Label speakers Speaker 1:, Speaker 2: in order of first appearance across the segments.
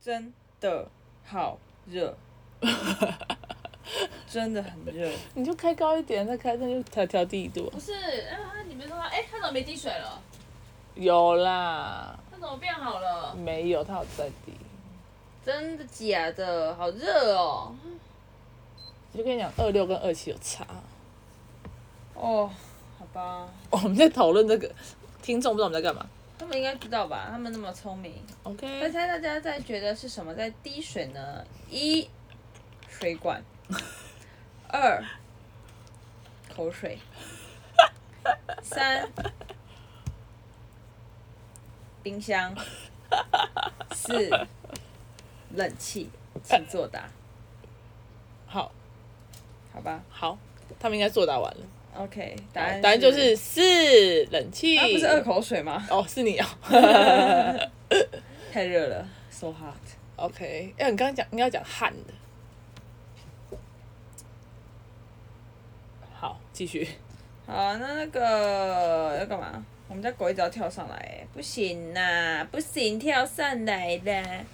Speaker 1: 真的好 热，真的很热。
Speaker 2: 你就开高一点，再开那就调调低一度
Speaker 3: 不。是，啊，它里面说，哎、它怎么没滴水了？
Speaker 2: 有啦，
Speaker 3: 它怎么变好了？
Speaker 2: 没有，它有再低。
Speaker 3: 真的假的？好热哦！
Speaker 2: 我就跟你讲，二六跟二七有差。
Speaker 1: 哦，好吧，
Speaker 2: 我们在讨论这个，听众不知道我们在干嘛。
Speaker 1: 他们应该知道吧？他们那么聪明。猜
Speaker 2: OK，
Speaker 1: 猜大家在觉得是什么在滴水呢？一，水管；二，口水；三，冰箱；四，冷气。请作答，
Speaker 2: 好
Speaker 1: 好吧
Speaker 2: 好，他们应该作答完了。
Speaker 1: ？OK，答案
Speaker 2: 答案就是四冷气。
Speaker 1: 啊，不是二口水吗？
Speaker 2: 哦，是你哦。
Speaker 1: 太热了，so hot。
Speaker 2: OK，哎、你刚刚讲你要讲汗的。好，继续。
Speaker 1: 好啊，那那个要干嘛？我们家狗一直要跳上来、欸不行啦，不行，跳上来啦。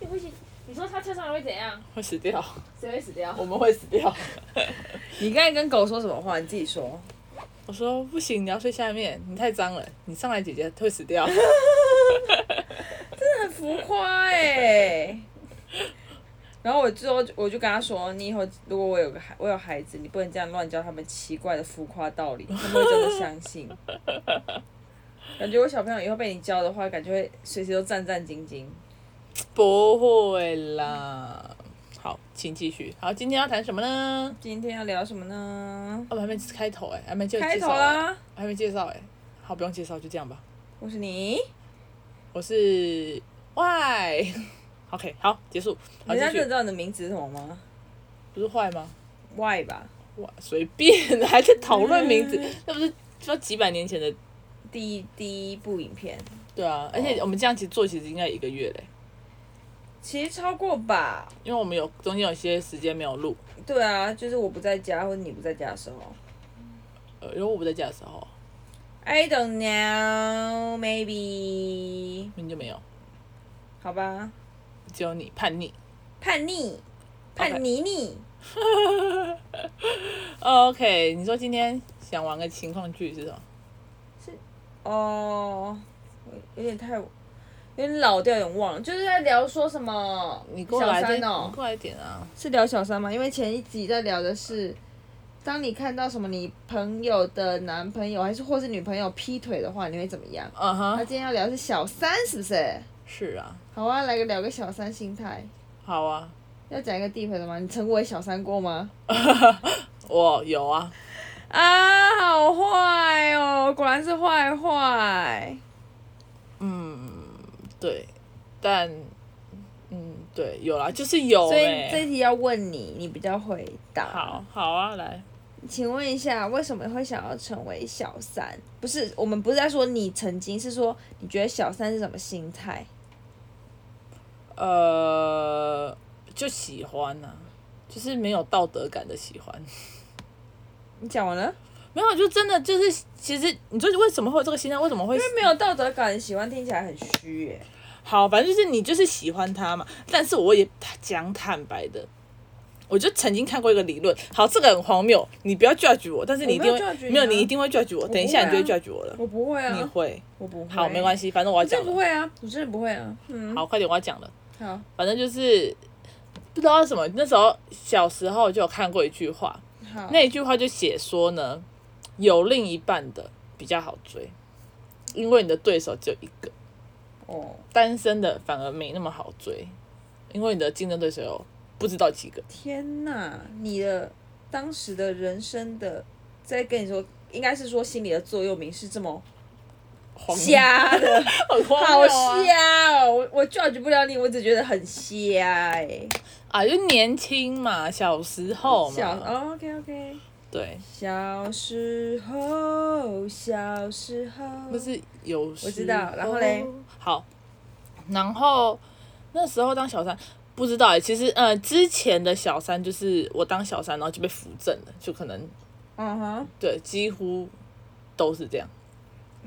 Speaker 3: 你不行，你说它跳上来会怎样？
Speaker 2: 会死掉，
Speaker 3: 谁会死掉？
Speaker 2: 我们会死掉。
Speaker 1: 你刚才跟狗说什么话？你自己说。
Speaker 2: 我说不行，你要睡下面，你太脏了，你上来姐姐会死掉。
Speaker 1: 很浮夸哎、 然后我之后就我就跟他说，你以后如果我有个孩，我有孩子，你不能这样乱教他们奇怪的浮夸道理，他 们会真的相 信。感觉我小朋友以后被你教的话，感觉会随时都战战兢兢。
Speaker 2: 不会啦。好，请继续。好，今天要谈什么呢？
Speaker 1: 今天要聊什么呢？
Speaker 2: 哦，我还没开头哎、还没介
Speaker 1: 开
Speaker 2: 介
Speaker 1: 头
Speaker 2: 绍哎、
Speaker 1: 啦，
Speaker 2: 还没介绍哎、好，不用介绍，就这样吧。
Speaker 1: 我是你。
Speaker 2: 我是 Y。OK，好，结束。好，
Speaker 1: 人家真的
Speaker 2: 继续
Speaker 1: 知。道你的名字是什么吗
Speaker 2: 不是坏吗？
Speaker 1: ？Y 吧，
Speaker 2: 哇，随便，还在讨论名
Speaker 1: 嗯
Speaker 2: 字，那不是说几百年前的？
Speaker 1: 第一第一部影片，
Speaker 2: 对
Speaker 1: 哦
Speaker 2: 啊，而且我们这样其实做，其实应该一个月嘞，
Speaker 1: 其实超过吧。
Speaker 2: 因为我们有中间有些时间没有录，
Speaker 1: 对啊，就是我不在家或者你不在家的时候。
Speaker 2: 呃，因为我不在家的时候，
Speaker 1: I don't know, maybe。
Speaker 2: 你就没有，
Speaker 1: 好吧，
Speaker 2: 只有你叛逆。
Speaker 1: 叛逆，叛逆逆。
Speaker 2: 哦 OK，你说今天想玩个情况剧是什么？
Speaker 1: 哦，有点太，有点老掉，有点忘了。就是在聊说什么？
Speaker 2: 你过
Speaker 1: 小
Speaker 2: 来再，
Speaker 1: 三
Speaker 2: 你
Speaker 1: 哦，
Speaker 2: 过来一点啊。
Speaker 1: 是聊小三吗？因为前一集在聊的是，当你看到什么你朋友的男朋友还是或是女朋友劈腿的话，你会怎么样？
Speaker 2: 嗯
Speaker 1: 那、
Speaker 2: 哼，
Speaker 1: 今天要聊的是小三，是不是？
Speaker 2: 是啊，
Speaker 1: 好啊，来个聊个小三心态。
Speaker 2: 好啊，
Speaker 1: 要讲一个地陪的吗？你成为小三过吗？
Speaker 2: 我有啊，
Speaker 1: 啊，好坏哦，果然是坏坏。
Speaker 2: 嗯对，但嗯，对，有啦，就是有
Speaker 1: 所以这
Speaker 2: 哎。
Speaker 1: 题要问你，你比较回答。
Speaker 2: 好，好啊，来，
Speaker 1: 请问一下，为什么会想要成为小三？不是，我们不是在说你曾经，是说你觉得小三是什么心态？
Speaker 2: 呃，就喜欢呐、就是没有道德感的喜欢。
Speaker 1: 你讲完了？
Speaker 2: 没有，啊就真的就是，其实你说为什么会有这个心态？为什么会
Speaker 1: 因为没有道德感，喜欢听起来很虚耶。
Speaker 2: 好？反正就是你就是喜欢他嘛。但是我也讲坦白的，我就曾经看过一个理论，好，这个很荒谬，你不要 judge 我，但是你一定
Speaker 1: 我没有 judge 你
Speaker 2: 会
Speaker 1: 啊
Speaker 2: 没有，你一定会 judge 我。等一下你
Speaker 1: 不
Speaker 2: 就
Speaker 1: 会
Speaker 2: 会
Speaker 1: 啊
Speaker 2: judge 我了，
Speaker 1: 我不会
Speaker 2: 你
Speaker 1: 啊，
Speaker 2: 会。
Speaker 1: 我不会。
Speaker 2: 好，没关
Speaker 1: 系，
Speaker 2: 系，反正我
Speaker 1: 我
Speaker 2: 要
Speaker 1: 真
Speaker 2: 讲
Speaker 1: 的不
Speaker 2: 了。
Speaker 1: 会啊，我真的不会啊。嗯，
Speaker 2: 好，快点，我要讲了。
Speaker 1: 好，
Speaker 2: 反正就是不知道为什么，那时候小时候就有看过一句话，
Speaker 1: 好。
Speaker 2: 那一句话就写说呢，有另一半的比较好追，因为你的对手只有一个，
Speaker 1: 哦，
Speaker 2: 单身的反而没那么好追，因为你的竞争对手有不知道几个。
Speaker 1: 天呐，你的当时的人生的，在跟你说，应该是说心理的座右铭是这么
Speaker 2: 荒
Speaker 1: 啊
Speaker 2: 谬，
Speaker 1: 瞎的，
Speaker 2: 很荒谬
Speaker 1: 好
Speaker 2: 啊
Speaker 1: 瞎哦！我我 judge 不了你，我只觉得很瞎哎、
Speaker 2: 啊！就年轻嘛，小时候嘛，
Speaker 1: 小、哦、OK OK，
Speaker 2: 对，
Speaker 1: 小时候，小时候，
Speaker 2: 不是有
Speaker 1: 嗯
Speaker 2: 时
Speaker 1: 我知道然后嘞
Speaker 2: 候，好，然后那时候当小三不知道哎、其实呃之前的小三就是我当小三，然后就被扶正了，就可能
Speaker 1: 嗯哼，
Speaker 2: 对几乎都是这样。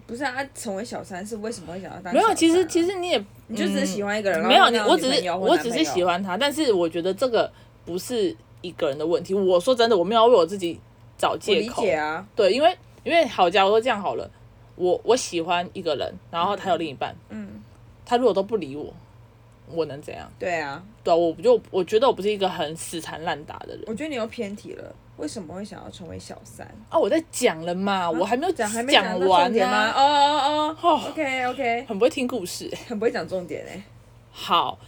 Speaker 1: 不是啊，成为小三是为什么会想要当、
Speaker 2: 没有，其实其
Speaker 1: 实
Speaker 2: 实你也嗯
Speaker 1: 你就只是喜欢一个人，
Speaker 2: 没
Speaker 1: 然
Speaker 2: 有
Speaker 1: 后
Speaker 2: 你，
Speaker 1: 让
Speaker 2: 我
Speaker 1: 女
Speaker 2: 只
Speaker 1: 朋
Speaker 2: 是
Speaker 1: 友或
Speaker 2: 我
Speaker 1: 男
Speaker 2: 只是
Speaker 1: 朋友
Speaker 2: 喜欢他，但是我觉得这个不是一个人的问题。我说真的，我没有要为我自己找
Speaker 1: 我
Speaker 2: 借
Speaker 1: 理
Speaker 2: 口。
Speaker 1: 解啊，
Speaker 2: 对，因为因为好，假如说这样好了，我我喜欢一个人，然后他有另一半，
Speaker 1: 嗯，
Speaker 2: 他如果都不理我，我能怎样？
Speaker 1: 对啊，
Speaker 2: 对啊，我不就我觉得我不是一个很死缠烂打的人
Speaker 1: 我觉得你又偏题了。为什么会想要成为小三？
Speaker 2: 啊！我在讲了嘛，我还没有
Speaker 1: 啊讲还没到重
Speaker 2: 完
Speaker 1: 点
Speaker 2: 呢、
Speaker 1: 吗？哦哦哦
Speaker 2: 哦，
Speaker 1: ，OK OK，
Speaker 2: 很不会听故事、欸
Speaker 1: 很不会讲重点哎。
Speaker 2: 好，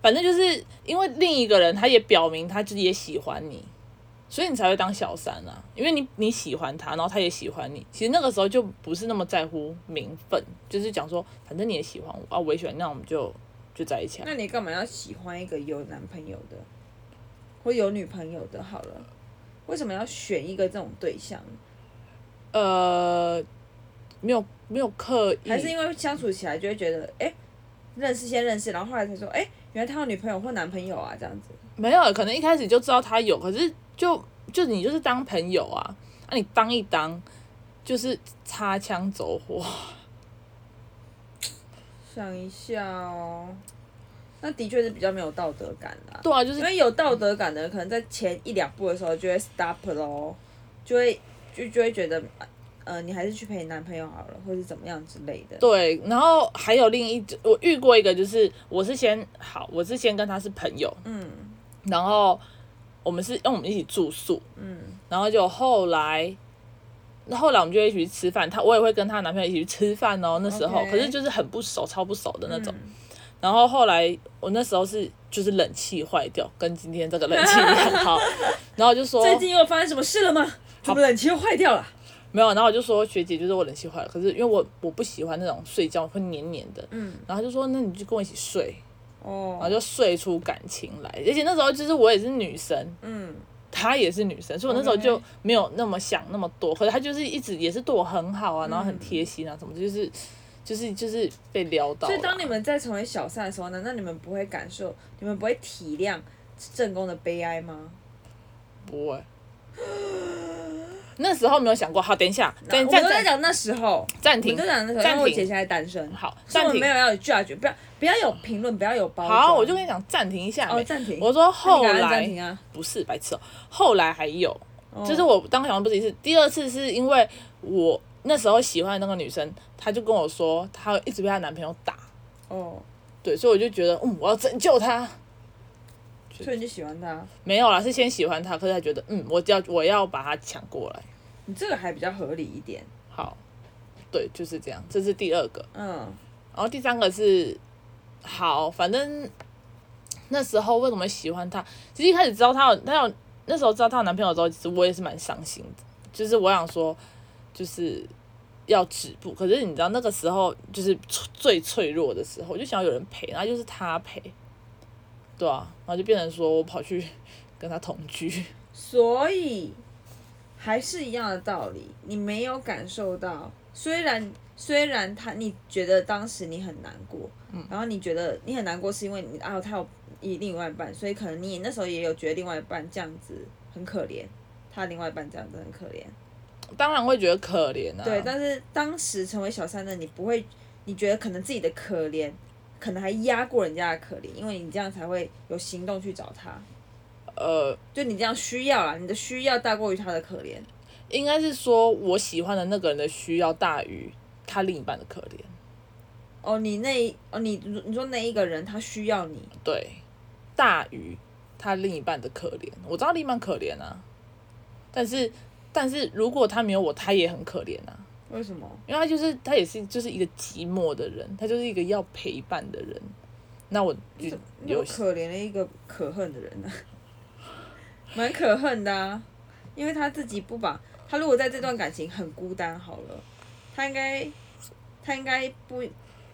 Speaker 2: 反正就是因为另一个人他也表明他自己也喜欢你，所以你才会当小三啊，因为你你喜欢他，然后他也喜欢你，其实那个时候就不是那么在乎名分，就是讲说反正你也喜欢我啊，我也喜欢你，那我们就就在一起啊
Speaker 1: 那。你干嘛要喜欢一个有男朋友的，或有女朋友的？好了，为什么要选一个这种对象？
Speaker 2: 呃，没有没有刻意，
Speaker 1: 还是因为相处起来就会觉得，哎、认识先认识，然后后来才说，哎、原来他有女朋友或男朋友啊，这样子。
Speaker 2: 没有，可能一开始就知道他有，可是就就你就是当朋友啊，那、你当一当就是擦枪走火。
Speaker 1: 想一下哦，那的确是比较没有道德感啦。
Speaker 2: 对啊，就是
Speaker 1: 因为有道德感的人，可能在前一两步的时候就会 stop 咯，就会就就会觉得，呃，你还是去陪你男朋友好了，或是怎么样之类的。
Speaker 2: 对，然后还有另一，我遇过一个，就是我是先好，我是先跟他是朋友，
Speaker 1: 嗯
Speaker 2: 然后我们是因为我们一起住宿，
Speaker 1: 嗯，
Speaker 2: 然后就后来，后来我们就一起去吃饭，他我也会跟她男朋友一起去吃饭哦，那时候
Speaker 1: OK
Speaker 2: 可是就是很不熟，超不熟的那种。
Speaker 1: 嗯
Speaker 2: 然后后来我那时候是就是冷气坏掉，跟今天这个冷气一样 好，然后我就说
Speaker 1: 最近又发生什么事了吗？怎么冷气又坏掉了？
Speaker 2: 没有，然后我就说学姐，就是我冷气坏了，可是因为我我不喜欢那种睡觉会黏黏的，
Speaker 1: 嗯，
Speaker 2: 然后她就说那你就跟我一起睡。
Speaker 1: 哦，
Speaker 2: 然后就睡出感情来。而且那时候就是我也是女生，
Speaker 1: 嗯哦
Speaker 2: 她也是女生，所以我那时候
Speaker 1: OK
Speaker 2: 就没有那么想那么多。可是她就是一直也是对我很好
Speaker 1: 嗯
Speaker 2: 啊，然后很贴心啊，什么的就是就是就是被撩到了。
Speaker 1: 所以当你们在成为小三的时候，难道你们不会感受，你们不会体谅正宫的悲哀吗？
Speaker 2: 不会。那时候没有想过，好，等一下，
Speaker 1: 我
Speaker 2: 暂
Speaker 1: 们
Speaker 2: 暂
Speaker 1: 都在
Speaker 2: 暂
Speaker 1: 讲那时候，
Speaker 2: 暂
Speaker 1: 我们
Speaker 2: 停
Speaker 1: 都，讲那时候，因
Speaker 2: 暂
Speaker 1: 为我姐现
Speaker 2: 停，
Speaker 1: 在单身，
Speaker 2: 好，
Speaker 1: 所以
Speaker 2: 暂
Speaker 1: 我们
Speaker 2: 停
Speaker 1: 没，有要有 judge，不要不要有评论，不要有包装。
Speaker 2: 好，我就跟你讲暂停一下
Speaker 1: 哦
Speaker 2: 没。
Speaker 1: 暂停，
Speaker 2: 我说
Speaker 1: 那你
Speaker 2: 后
Speaker 1: 赶快暂停
Speaker 2: 来
Speaker 1: 啊，
Speaker 2: 不是白痴哦，后来还有，
Speaker 1: 哦
Speaker 2: 就是我当时好像不止一次，第二次是因为我那时候喜欢的那个女生，她就跟我说她一直被她男朋友打，
Speaker 1: 哦，
Speaker 2: 对，所以我就觉得嗯，我要拯救她。
Speaker 1: 所以你就喜欢他，
Speaker 2: 没有啦，是先喜欢她，可是她觉得嗯，我要我要把她抢过来。
Speaker 1: 你这个还比较合理一点，
Speaker 2: 好，对，就是这样，这是第二个，
Speaker 1: 嗯，
Speaker 2: 然后第三个是好，反正那时候为什么喜欢她？其实一开始知道她有她有那时候知道她有男朋友之后，其实我也是蛮伤心的，就是我想说就是要止步，可是你知道那个时候就是脆最脆弱的时候，我就想要有人陪，然后就是她陪，对啊，然后就变成说我跑去跟她同居，
Speaker 1: 所以还是一样的道理，你没有感受到，虽然虽然他你觉得当时你很难过，
Speaker 2: 嗯
Speaker 1: 然后你觉得你很难过是因为你啊他有一另外一半，所以可能你也那时候也有觉得另外一半这样子很可怜，他另外一半这样子很可怜。
Speaker 2: 当然会觉得可怜啊，
Speaker 1: 对，但是当时成为小三的你不会，你觉得可能自己的可怜，可能还压过人家的可怜，因为你这样才会有行动去找他。
Speaker 2: 呃。
Speaker 1: 就你这样需要啦，你的需要大过于他的可怜。
Speaker 2: 应该是说我喜欢的那个人的需要大于他另一半的可怜，
Speaker 1: 哦，你那一哦，你你说那一个人他需要你，
Speaker 2: 对，大于他另一半的可怜。我知道另一半可怜啊，但是但是如果他没有我，他也很可怜啊，
Speaker 1: 为什么？
Speaker 2: 因为他就是他也是就是一个寂寞的人，他就是一个要陪伴的人。那我就
Speaker 1: 那
Speaker 2: 有
Speaker 1: 么可怜的一个可恨的人呢、啊蛮可恨的啊，因为他自己不把，他如果在这段感情很孤单好了，他应该，他应该不，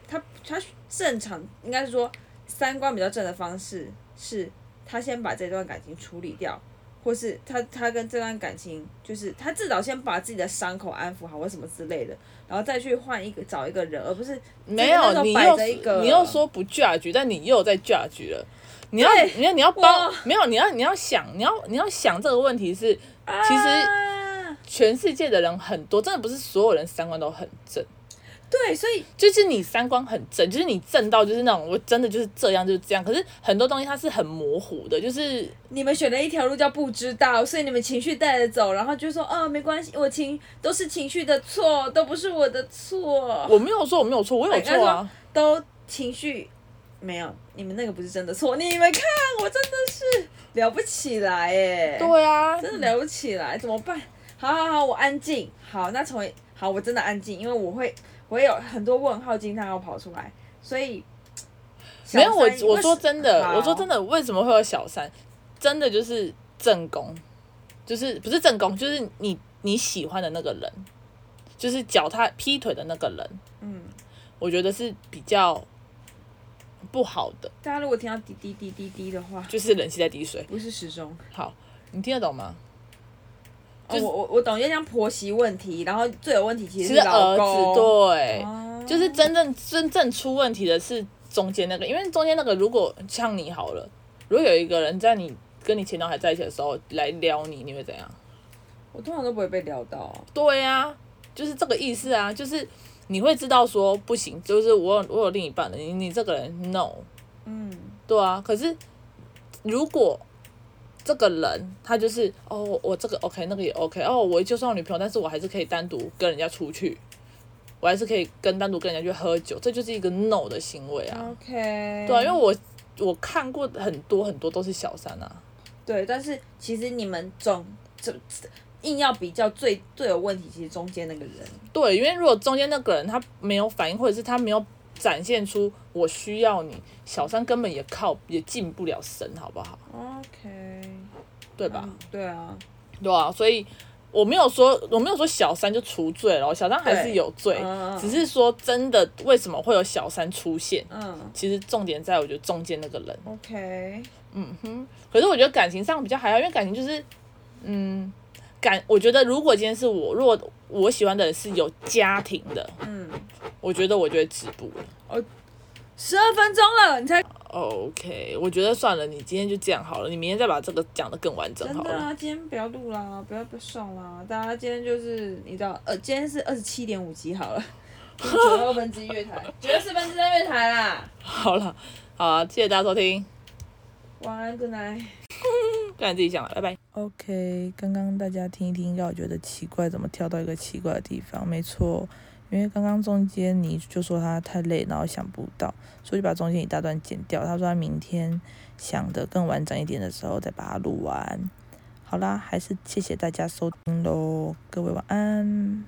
Speaker 1: 他他正常应该是说三观比较正的方式是，他先把这段感情处理掉，或是他他跟这段感情就是他至少先把自己的伤口安抚好或什么之类的，然后再去换一个找一个人，而不是那
Speaker 2: 没
Speaker 1: 时
Speaker 2: 有
Speaker 1: 候
Speaker 2: 你
Speaker 1: 摆
Speaker 2: 又
Speaker 1: 着一个
Speaker 2: 你又说不 judge，但你又在 judge 了。你要
Speaker 1: 对
Speaker 2: 你要你要包
Speaker 1: 我
Speaker 2: 没有你要你要想你要你要想这个问题是其实
Speaker 1: 啊
Speaker 2: 全世界的人很多，真的不是所有人三观都很正。
Speaker 1: 对，所以
Speaker 2: 就是你三观很正，就是你正到就是那种我真的就是这样就是这样。可是很多东西它是很模糊的，就是
Speaker 1: 你们选了一条路叫不知道，所以你们情绪带着走，然后就说啊、没关系，我情都是情绪的错，都不是我的错，
Speaker 2: 我没有说我没有错，我有错啊。
Speaker 1: 都情绪没有，你们那个不是真的错，你们看我真的是了不起来耶，
Speaker 2: 对啊，
Speaker 1: 真的了不起来，怎么办？好好好，我安静。好，那成为好，我真的安静，因为我会我会有很多问号惊叹号跑出来，所以
Speaker 2: 没有我我说真的，我说真
Speaker 1: 的，
Speaker 2: 的，为什么会有小三？真的就是正宫，就是不是正宫，就是你你喜欢的那个人，就是脚踏劈腿的那个人，
Speaker 1: 嗯，
Speaker 2: 我觉得是比较不好的，
Speaker 1: 大家如果听到滴滴滴滴滴的话，
Speaker 2: 就是人气在滴水。
Speaker 1: 不是时钟。
Speaker 2: 好，你听得懂吗？
Speaker 1: 哦、我我我懂，就像婆媳问题，然后最有问题其实
Speaker 2: 其
Speaker 1: 是
Speaker 2: 实
Speaker 1: 老
Speaker 2: 儿
Speaker 1: 公，
Speaker 2: 子对，
Speaker 1: 哦
Speaker 2: 就是真正真正出问题的是中间那个，因为中间那个如果像你好了，如果有一个人在你跟你前男友还在一起的时候来撩你，你会怎样？
Speaker 1: 我通常都不会被撩到啊、
Speaker 2: 对啊，就是这个意思啊，就是你会知道说不行，就是我有我有另一半了，你你这个人 no，
Speaker 1: 嗯，
Speaker 2: 对啊，可是如果这个人他就是哦，我这个 OK，那个也 OK，哦，我就算有女朋友，但是我还是可以单独跟人家出去，我还是可以跟单独跟人家去喝酒，这就是一个 no 的行为啊。
Speaker 1: OK，
Speaker 2: 对啊，因为我我看过很多很多都是小三啊，
Speaker 1: 对，但是其实你们总这这硬要比较最最有问题，其实中间那个人，
Speaker 2: 对，因为如果中间那个人他没有反应，或者是他没有展现出我需要你，小三根本也靠也进不了身，好不好？
Speaker 1: OK，
Speaker 2: 对
Speaker 1: 对
Speaker 2: 吧？
Speaker 1: 对啊，
Speaker 2: 对啊，所以我没有说我没有说小三就除罪了，小三还是有罪
Speaker 1: 嗯嗯，
Speaker 2: 只是说真的为什么会有小三出现？
Speaker 1: 嗯
Speaker 2: 其实重点在我觉得中间那个人，
Speaker 1: ，OK，
Speaker 2: 嗯哼。可是我觉得感情上比较还好，因为感情就是，嗯，感我觉得如果今天是我，如果我喜欢的人是有家庭的，
Speaker 1: 嗯，
Speaker 2: 我觉得我就会止步了。
Speaker 1: 十二分钟了，你才
Speaker 2: OK，我觉得算了，你今天就这样好了，你明天再把这个讲得更完整
Speaker 1: 真
Speaker 2: 好
Speaker 1: 的
Speaker 2: 了。
Speaker 1: 啊，今天不要录啦，不要不要上啦，大家今天就是你知道，呃，今天是二十七点五集 好了，九二分之一月台，九十四分之三月台啦，
Speaker 2: 好了，好啊，谢谢大家收听，
Speaker 1: 晚安，good night。
Speaker 2: 个人自己想了，拜拜。OK，刚刚大家听一听，应该有觉得奇怪，怎么跳到一个奇怪的地方？没错，因为刚刚中间你就说他太累，然后想不到，所以就把中间一大段剪掉。他说他明天想的更完整一点的时候再把它录完。好啦，还是谢谢大家收听喽，各位晚安。